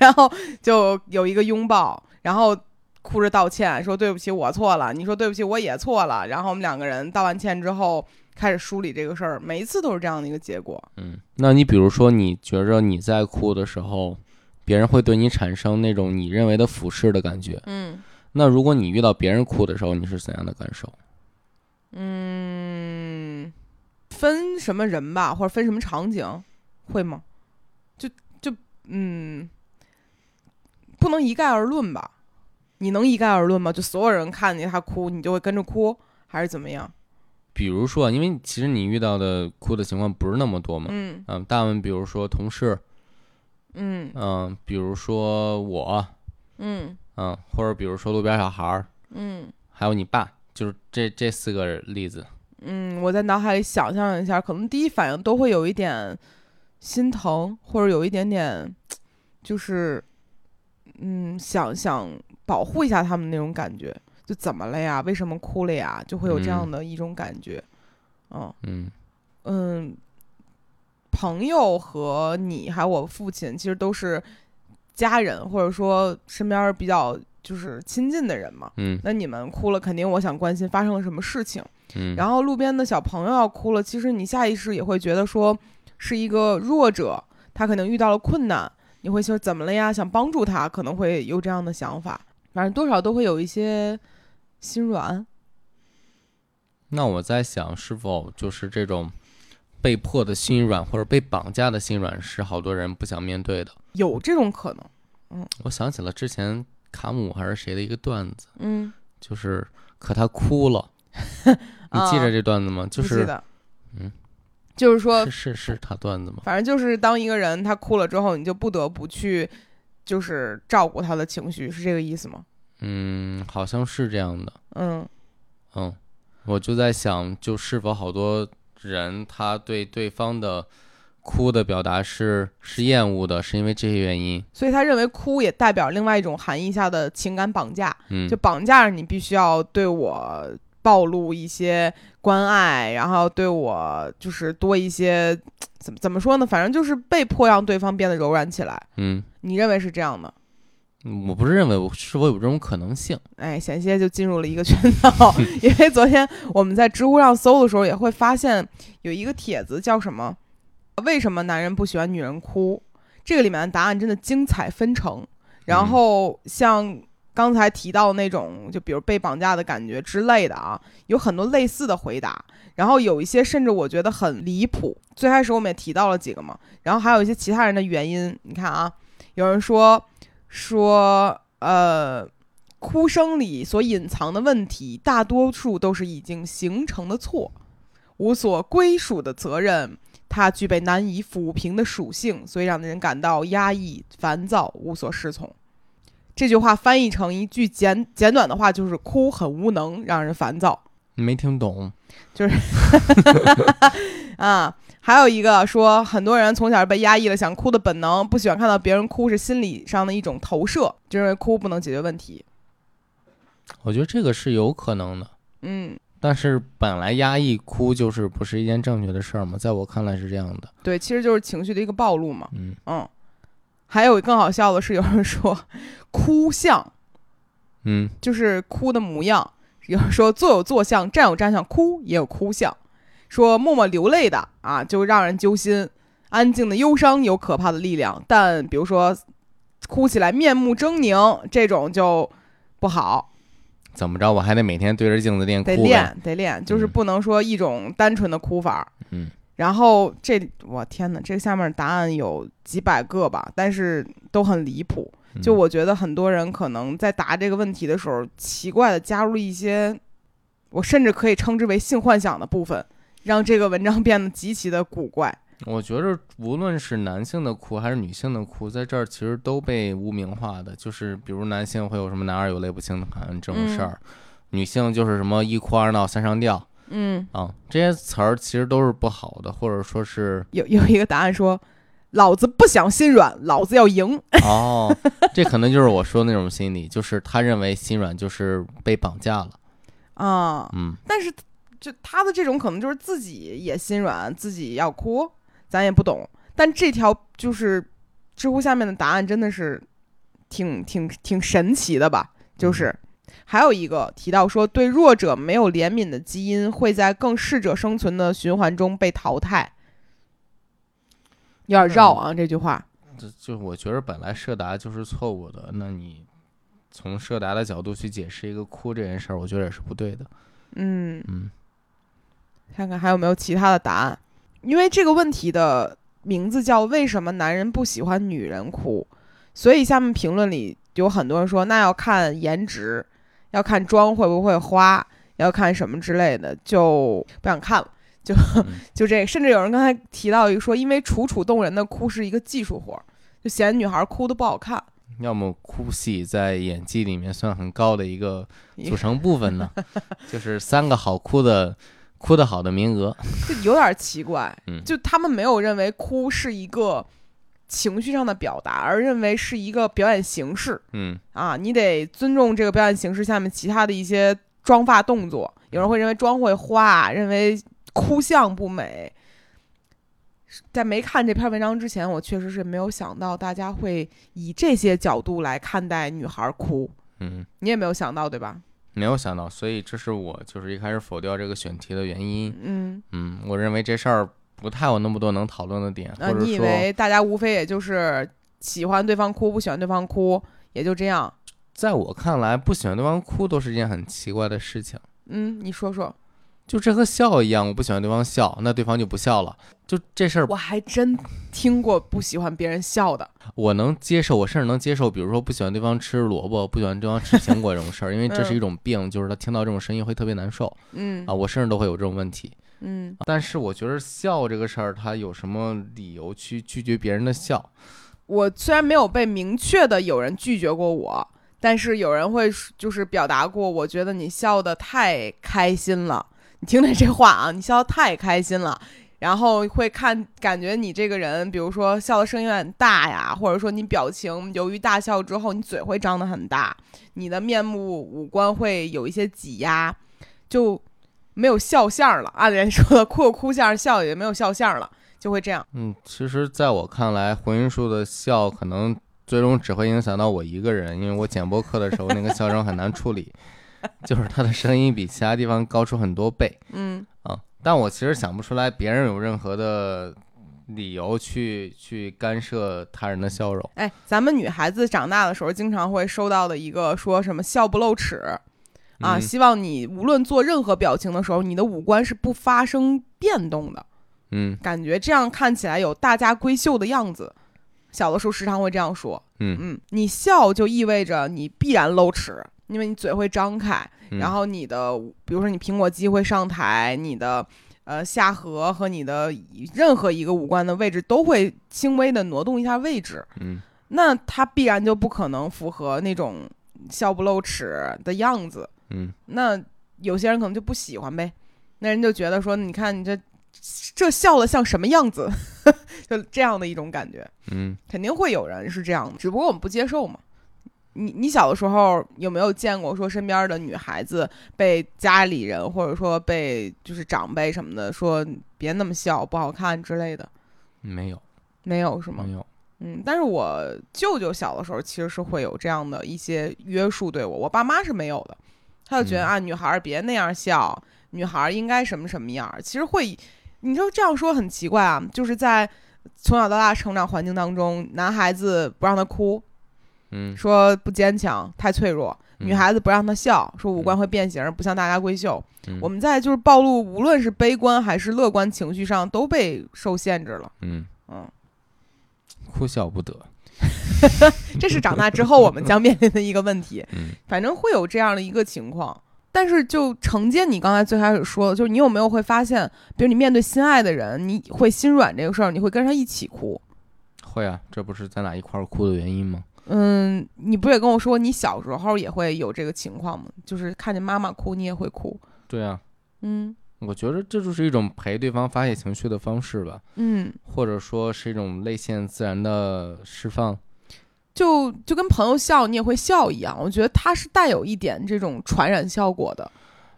[SPEAKER 1] 然后就有一个拥抱，然后。哭着道歉，说对不起，我错了。你说对不起，我也错了。然后我们两个人道完歉之后，开始梳理这个事儿，每一次都是这样的一个结果。
[SPEAKER 2] 嗯。那你比如说，你觉着你在哭的时候，别人会对你产生那种你认为的俯视的感觉。
[SPEAKER 1] 嗯
[SPEAKER 2] 那如果你遇到别人哭的时候，你是怎样的感受？
[SPEAKER 1] 嗯，分什么人吧，或者分什么场景，会吗？就就嗯，不能一概而论吧？你能一概而论吗？就所有人看见他哭，你就会跟着哭，还是怎么样？
[SPEAKER 2] 比如说，因为其实你遇到的哭的情况不是那么多嘛。
[SPEAKER 1] 嗯
[SPEAKER 2] 嗯，大部分比如说同事，
[SPEAKER 1] 嗯
[SPEAKER 2] 嗯，比如说我，
[SPEAKER 1] 嗯
[SPEAKER 2] 嗯，或者比如说路边小孩儿，
[SPEAKER 1] 嗯
[SPEAKER 2] 还有你爸，就是这这四个例子。
[SPEAKER 1] 嗯，我在脑海里想象一下，可能第一反应都会有一点心疼，或者有一点点，就是嗯，想想保护一下他们那种感觉，就怎么了呀？为什么哭了呀？就会有这样
[SPEAKER 2] 嗯
[SPEAKER 1] 的一种感觉。嗯
[SPEAKER 2] 嗯
[SPEAKER 1] 嗯，朋友和你还有我父亲，其实都是家人，或者说身边比较就是亲近的人嘛。
[SPEAKER 2] 嗯
[SPEAKER 1] 那你们哭了，肯定我想关心发生了什么事情。
[SPEAKER 2] 嗯，
[SPEAKER 1] 然后路边的小朋友要哭了，其实你下意识也会觉得说是一个弱者，他可能遇到了困难，你会说怎么了呀？想帮助他，可能会有这样的想法，反正多少都会有一些心软。
[SPEAKER 2] 那我在想，是否就是这种被迫的心软或者被绑架的心软，是好多人不想面对的。
[SPEAKER 1] 有这种可能，
[SPEAKER 2] 我想起了之前卡姆还是谁的一个段子，
[SPEAKER 1] 嗯，
[SPEAKER 2] 就是可他哭了，你记着这段子吗？
[SPEAKER 1] 啊哦不记
[SPEAKER 2] 就是
[SPEAKER 1] 得，
[SPEAKER 2] 嗯，
[SPEAKER 1] 就是说
[SPEAKER 2] 是，是是他段子吗？
[SPEAKER 1] 反正就是当一个人他哭了之后，你就不得不去，就是照顾他的情绪，是这个意思吗？
[SPEAKER 2] 嗯，好像是这样的。
[SPEAKER 1] 嗯，
[SPEAKER 2] 嗯，我就在想，就是否好多人他对对方的哭的表达是是厌恶的，是因为这些原因。
[SPEAKER 1] 所以他认为哭也代表另外一种含义下的情感绑架，
[SPEAKER 2] 嗯
[SPEAKER 1] 就，绑架着你必须要对我暴露一些关爱，然后对我就是多一些怎么怎么说呢？反正就是被迫让对方变得柔软起来。
[SPEAKER 2] 嗯，
[SPEAKER 1] 你认为是这样的？
[SPEAKER 2] 我不是认为我是否有这种可能性。
[SPEAKER 1] 哎，险些就进入了一个圈套， 因为昨天我们在知乎上搜的时候，也会发现有一个帖子叫什么“为什么男人不喜欢女人哭”，这个里面的答案真的精彩纷呈。然后像刚才提到的那种，就比如被绑架的感觉之类的啊，有很多类似的回答。然后有一些甚至我觉得很离谱，最开始我们也提到了几个嘛。然后还有一些其他人的原因，你看啊，有人说说呃。哭声里所隐藏的问题，大多数都是已经形成的错，无所归属的责任，它具备难以抚平的属性，所以让人感到压抑、烦躁、无所适从。这句话翻译成一句简简短的话，就是哭很无能，让人烦躁
[SPEAKER 2] 你没听懂？
[SPEAKER 1] 啊。还有一个说，很多人从小被压抑了想哭的本能，不喜欢看到别人哭是心理上的一种投射，就认为哭不能解决问题。
[SPEAKER 2] 我觉得这个是有可能的，
[SPEAKER 1] 嗯，
[SPEAKER 2] 但是本来压抑哭就是不是一件正确的事儿嘛，在我看来是这样的。
[SPEAKER 1] 对，其实就是情绪的一个暴露嘛。
[SPEAKER 2] 嗯，
[SPEAKER 1] 嗯，还有更好笑的是，有人说哭相
[SPEAKER 2] 嗯，
[SPEAKER 1] 就是哭的模样，有人说坐有坐相，站有站相，哭也有哭相，说默默流泪的啊，就让人揪心。安静的忧伤有可怕的力量，但比如说哭起来面目狰狞这种就不好，
[SPEAKER 2] 怎么着我还得每天对着镜子练
[SPEAKER 1] 得
[SPEAKER 2] 哭呗？
[SPEAKER 1] 练得练，就是
[SPEAKER 2] 嗯
[SPEAKER 1] 不能说一种单纯的哭法。
[SPEAKER 2] 嗯，
[SPEAKER 1] 然后这我天哪，这下面答案有几百个吧，但是都很离谱。
[SPEAKER 2] 嗯
[SPEAKER 1] 就我觉得很多人可能在答这个问题的时候，奇怪的加入了一些，我甚至可以称之为性幻想的部分，让这个文章变得极其的古怪。
[SPEAKER 2] 我觉着，无论是男性的哭还是女性的哭，在这儿其实都被污名化的。就是比如男性会有什么“男儿有泪不轻弹”这种事儿，女性就是什么“一哭二闹三上吊
[SPEAKER 1] 嗯”，
[SPEAKER 2] 啊，这些词儿其实都是不好的，或者说是
[SPEAKER 1] 有有一个答案说，老子不想心软，老子要赢。
[SPEAKER 2] 哦，这可能就是我说的那种心理，就是他认为心软就是被绑架了。
[SPEAKER 1] 啊，
[SPEAKER 2] 嗯，
[SPEAKER 1] 但是就他的这种可能就是自己也心软，自己要哭，咱也不懂。但这条就是知乎下面的答案真的是挺挺挺神奇的吧？就是还有一个提到说，对弱者没有怜悯的基因会在更适者生存的循环中被淘汰。有点绕啊，这句话。
[SPEAKER 2] 这嗯就我觉着本来社达就是错误的，那你从社达的角度去解释一个哭这件事儿，我觉得也是不对的。
[SPEAKER 1] 嗯，
[SPEAKER 2] 嗯
[SPEAKER 1] 看看还有没有其他的答案，因为这个问题的名字叫“为什么男人不喜欢女人哭”，所以下面评论里有很多人说，那要看颜值，要看妆会不会花，要看什么之类的，就不想看了。就 就这，甚至有人刚才提到一个说，因为楚楚动人的哭是一个技术活儿，就嫌女孩哭的不好看。
[SPEAKER 2] 要么哭戏在演技里面算很高的一个组成部分呢， 就是三个好哭的哭得好的名额。
[SPEAKER 1] 就有点奇怪，
[SPEAKER 2] 嗯
[SPEAKER 1] 就他们没有认为哭是一个情绪上的表达，而认为是一个表演形式
[SPEAKER 2] 嗯，
[SPEAKER 1] 啊，你得尊重这个表演形式下面其他的一些妆发动作。有人会认为妆会花，认为哭相不美。在没看这篇文章之前，我确实是没有想到大家会以这些角度来看待女孩哭。
[SPEAKER 2] 嗯，
[SPEAKER 1] 你也没有想到对吧？
[SPEAKER 2] 没有想到，所以这是我就是一开始否掉这个选题的原因。
[SPEAKER 1] 嗯，
[SPEAKER 2] 嗯，我认为这事儿不太有那么多能讨论的点，
[SPEAKER 1] 那、
[SPEAKER 2] 或者
[SPEAKER 1] 啊你以
[SPEAKER 2] 说，
[SPEAKER 1] 为大家无非也就是喜欢对方哭，不喜欢对方哭，也就这样。
[SPEAKER 2] 在我看来，不喜欢对方哭都是一件很奇怪的事情。
[SPEAKER 1] 嗯，你说说，
[SPEAKER 2] 就这和笑一样，我不喜欢对方笑，那对方就不笑了。就这事儿，
[SPEAKER 1] 我还真听过不喜欢别人笑的。
[SPEAKER 2] 我能接受，我甚至能接受，比如说不喜欢对方吃萝卜，不喜欢对方吃苹果这种事儿，因为这是一种病，就是他听到这种声音会特别难受
[SPEAKER 1] 嗯
[SPEAKER 2] 啊，我甚至都会有这种问题。
[SPEAKER 1] 嗯，
[SPEAKER 2] 但是我觉得笑这个事儿，他有什么理由去拒绝别人的笑？
[SPEAKER 1] 我虽然没有被明确的有人拒绝过我，但是有人会说就是表达过，我觉得你笑的太开心了。你听听这话啊，你笑的太开心了。然后会看，感觉你这个人，比如说笑的声音有点大呀，或者说你表情由于大笑之后，你嘴会张得很大，你的面目五官会有一些挤压，就没有笑相了。按人说的，哭有哭相，笑也没有笑相了，就会这样。
[SPEAKER 2] 嗯，其实在我看来，回音树的笑可能最终只会影响到我一个人，因为我剪播客的时候那个笑声很难 处理，就是他的声音比其他地方高出很多倍
[SPEAKER 1] 嗯
[SPEAKER 2] 啊。但我其实想不出来别人有任何的理由去去干涉他人的笑容。
[SPEAKER 1] 哎，咱们女孩子长大的时候，经常会收到的一个说什么“笑不露齿”啊，
[SPEAKER 2] 嗯
[SPEAKER 1] 希望你无论做任何表情的时候，你的五官是不发生变动的，
[SPEAKER 2] 嗯
[SPEAKER 1] 感觉这样看起来有大家闺秀的样子。小的时候时常会这样说，
[SPEAKER 2] 嗯，
[SPEAKER 1] 嗯，你笑就意味着你必然露齿，因为你嘴会张开，
[SPEAKER 2] 嗯
[SPEAKER 1] 然后你的，比如说你苹果肌会上抬，你的呃下颌和你的任何一个五官的位置都会轻微的挪动一下位置，
[SPEAKER 2] 嗯
[SPEAKER 1] 那他必然就不可能符合那种笑不露齿的样子。
[SPEAKER 2] 嗯
[SPEAKER 1] 那有些人可能就不喜欢呗，那人就觉得说，你看你这这笑的像什么样子， 就这样的一种感觉，
[SPEAKER 2] 嗯，
[SPEAKER 1] 肯定会有人是这样的，只不过我们不接受嘛。你你小的时候有没有见过说身边的女孩子被家里人或者说被就是长辈什么的说别那么笑不好看之类的？
[SPEAKER 2] 没有
[SPEAKER 1] 没有是吗？
[SPEAKER 2] 没有，
[SPEAKER 1] 嗯，但是我舅舅小的时候其实是会有这样的一些约束对我，我爸妈是没有的，他就觉得、
[SPEAKER 2] 嗯
[SPEAKER 1] 啊，女孩儿别那样笑，女孩儿应该什么什么样儿。其实会，你就这样说很奇怪啊，就是在从小到大成长环境当中，男孩子不让他哭，
[SPEAKER 2] 嗯，
[SPEAKER 1] 说不坚强，太脆弱；女
[SPEAKER 2] 嗯
[SPEAKER 1] 孩子不让他笑，说五官
[SPEAKER 2] 嗯
[SPEAKER 1] 会变形，不像大家闺秀。
[SPEAKER 2] 嗯
[SPEAKER 1] 我们在就是暴露，无论是悲观还是乐观情绪上都被受限制了。
[SPEAKER 2] 嗯
[SPEAKER 1] 嗯，
[SPEAKER 2] 哭笑不得，
[SPEAKER 1] 这是长大之后我们将面临的一个问题。
[SPEAKER 2] 嗯
[SPEAKER 1] 反正会有这样的一个情况。但是就承接你刚才最开始说的，就是你有没有会发现，比如你面对心爱的人，你会心软这个事儿，你会跟他一起哭。
[SPEAKER 2] 会啊，这不是咱俩一块儿哭的原因吗？
[SPEAKER 1] 嗯，你不也跟我说你小时候也会有这个情况吗？就是看见妈妈哭，你也会哭。
[SPEAKER 2] 对啊，
[SPEAKER 1] 嗯
[SPEAKER 2] 我觉得这就是一种陪对方发泄情绪的方式吧，
[SPEAKER 1] 嗯，
[SPEAKER 2] 或者说是一种泪腺自然的释放。
[SPEAKER 1] 就就跟朋友笑，你也会笑一样。我觉得它是带有一点这种传染效果的。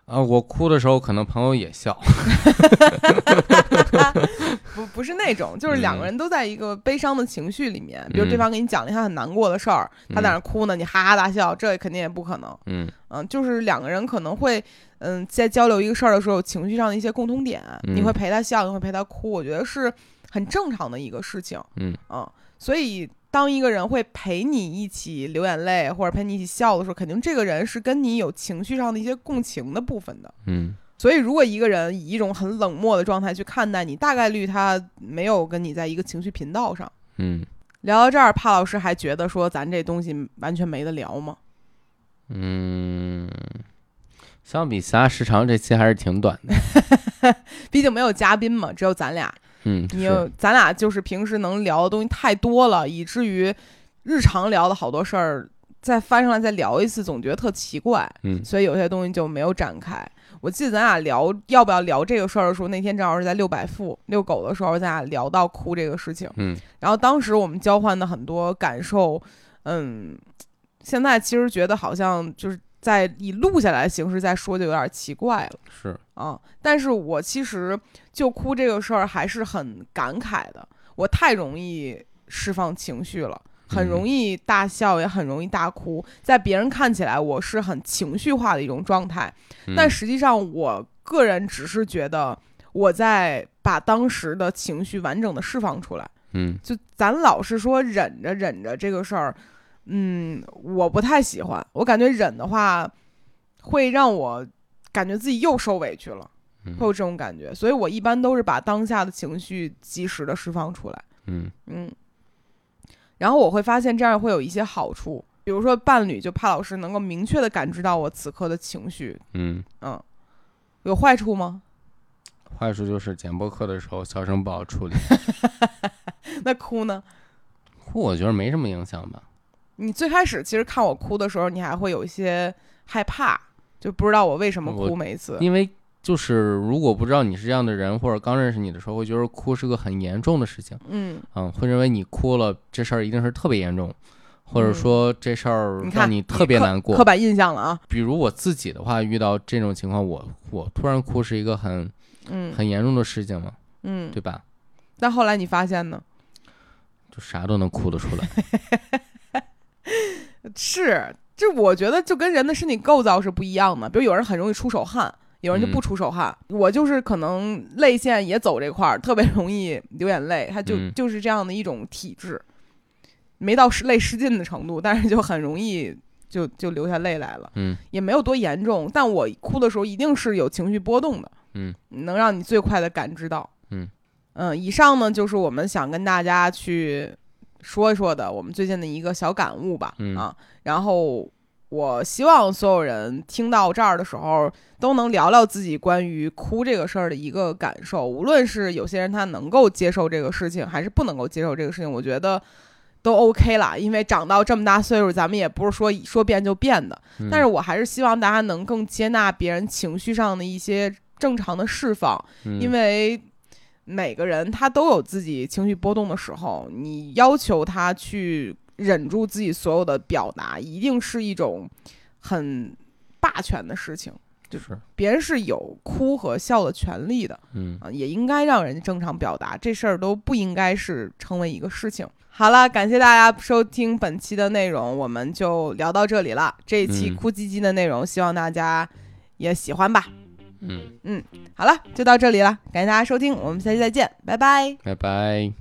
[SPEAKER 2] 啊，我哭的时候可能朋友也笑，
[SPEAKER 1] 不不是那种，就是两个
[SPEAKER 2] 嗯
[SPEAKER 1] 人都在一个悲伤的情绪里面，比如对
[SPEAKER 2] 嗯
[SPEAKER 1] 方给你讲了一件很难过的事儿，他在那
[SPEAKER 2] 嗯
[SPEAKER 1] 儿哭呢，你哈哈大笑，这肯定也不可能。
[SPEAKER 2] 嗯
[SPEAKER 1] 嗯，就是两个人可能会，嗯，在交流一个事儿的时候，有情绪上的一些共同点，你
[SPEAKER 2] 嗯
[SPEAKER 1] 会陪他笑，你会陪他哭，我觉得是很正常的一个事情。
[SPEAKER 2] 嗯
[SPEAKER 1] 所以当一个人会陪你一起流眼泪或者陪你一起笑的时候，肯定这个人是跟你有情绪上的一些共情的部分的。
[SPEAKER 2] 嗯
[SPEAKER 1] 所以，如果一个人以一种很冷漠的状态去看待你，大概率他没有跟你在一个情绪频道上。
[SPEAKER 2] 嗯
[SPEAKER 1] 聊到这儿，帕老师还觉得说咱这东西完全没得聊吗？
[SPEAKER 2] 嗯，相比其他时长，这期还是挺短的。
[SPEAKER 1] 毕竟没有嘉宾嘛，只有咱俩。
[SPEAKER 2] 嗯，
[SPEAKER 1] 你
[SPEAKER 2] 是
[SPEAKER 1] 有咱俩就是平时能聊的东西太多了，以至于日常聊的好多事儿，再翻上来再聊一次，总觉得特奇怪，
[SPEAKER 2] 嗯
[SPEAKER 1] 所以有些东西就没有展开。我记得咱俩聊要不要聊这个事儿的时候，那天正好是在遛百富遛狗的时候，咱俩聊到哭这个事情，
[SPEAKER 2] 嗯
[SPEAKER 1] 然后当时我们交换的很多感受，嗯，现在其实觉得好像就是在以录下来的形式再说就有点奇怪了。
[SPEAKER 2] 是
[SPEAKER 1] 啊，但是我其实就哭这个事儿还是很感慨的，我太容易释放情绪了，很容易大笑，也很容易大哭。在别人看起来，我是很情绪化的一种状态，但
[SPEAKER 2] 是
[SPEAKER 1] 实际上，我个人只是觉得我在把当时的情绪完整的释放出来。
[SPEAKER 2] 嗯
[SPEAKER 1] 就咱老是说忍着忍着这个事儿，嗯，我不太喜欢。我感觉忍的话，会让我感觉自己又受委屈了，
[SPEAKER 2] 嗯
[SPEAKER 1] 会有这种感觉。所以我一般都是把当下的情绪及时的释放出来。
[SPEAKER 2] 嗯
[SPEAKER 1] 嗯，然后我会发现这样会有一些好处，比如说伴侣就帕老师能够明确的感知到我此刻的情绪，
[SPEAKER 2] 嗯，
[SPEAKER 1] 嗯，有坏处吗？
[SPEAKER 2] 坏处就是剪播客的时候笑声不好处理，
[SPEAKER 1] 那哭呢？
[SPEAKER 2] 哭我觉得没什么影响吧。
[SPEAKER 1] 你最开始其实看我哭的时候，你还会有一些害怕，就不知道我为什么哭
[SPEAKER 2] 我
[SPEAKER 1] 每一次。
[SPEAKER 2] 因为就是如果不知道你是这样的人，或者刚认识你的时候，会觉得哭是个很严重的事情，
[SPEAKER 1] 嗯，
[SPEAKER 2] 嗯，会认为你哭了这事儿一定是特别严重，或者
[SPEAKER 1] 嗯
[SPEAKER 2] 说这事儿
[SPEAKER 1] 你看
[SPEAKER 2] 让你特别
[SPEAKER 1] 刻
[SPEAKER 2] 难过
[SPEAKER 1] 刻。板印象了啊。
[SPEAKER 2] 比如我自己的话，遇到这种情况，我我突然哭是一个很
[SPEAKER 1] 嗯
[SPEAKER 2] 很严重的事情嘛，
[SPEAKER 1] 嗯，
[SPEAKER 2] 对吧？
[SPEAKER 1] 但后来你发现呢？
[SPEAKER 2] 就啥都能哭得出 来。
[SPEAKER 1] 是，这我觉得就跟人的身体构造是不一样的。比如有人很容易出手汗，有人就不
[SPEAKER 2] 嗯
[SPEAKER 1] 出手汗。我就是可能泪腺也走这块儿，特别容易流眼泪，它就、
[SPEAKER 2] 嗯
[SPEAKER 1] 就是这样的一种体质，没到失泪失禁的程度，但是就很容易就就流下泪来了。
[SPEAKER 2] 嗯
[SPEAKER 1] 也没有多严重，但我哭的时候一定是有情绪波动的，
[SPEAKER 2] 嗯，
[SPEAKER 1] 能让你最快的感知到，
[SPEAKER 2] 嗯
[SPEAKER 1] 嗯以上呢就是我们想跟大家去说一说的我们最近的一个小感悟吧，
[SPEAKER 2] 嗯
[SPEAKER 1] 啊，然后我希望所有人听到这儿的时候都能聊聊自己关于哭这个事儿的一个感受，无论是有些人他能够接受这个事情，还是不能够接受这个事情，我觉得。都 OK 啦，因为长到这么大岁数，咱们也不是说说变就变的，
[SPEAKER 2] 嗯
[SPEAKER 1] 但是我还是希望大家能更接纳别人情绪上的一些正常的释放，
[SPEAKER 2] 嗯
[SPEAKER 1] 因为每个人他都有自己情绪波动的时候，你要求他去忍住自己所有的表达，一定是一种很霸权的事情。
[SPEAKER 2] 就是
[SPEAKER 1] 别人是有哭和笑的权利的
[SPEAKER 2] 嗯，
[SPEAKER 1] 啊，也应该让人正常表达，这事儿都不应该是成为一个事情。好了，感谢大家收听本期的内容，我们就聊到这里了。这一期
[SPEAKER 2] 嗯
[SPEAKER 1] 哭唧唧的内容，希望大家也喜欢吧。
[SPEAKER 2] 嗯，
[SPEAKER 1] 好了，就到这里了，感谢大家收听，我们下期再见，拜拜。
[SPEAKER 2] 拜拜。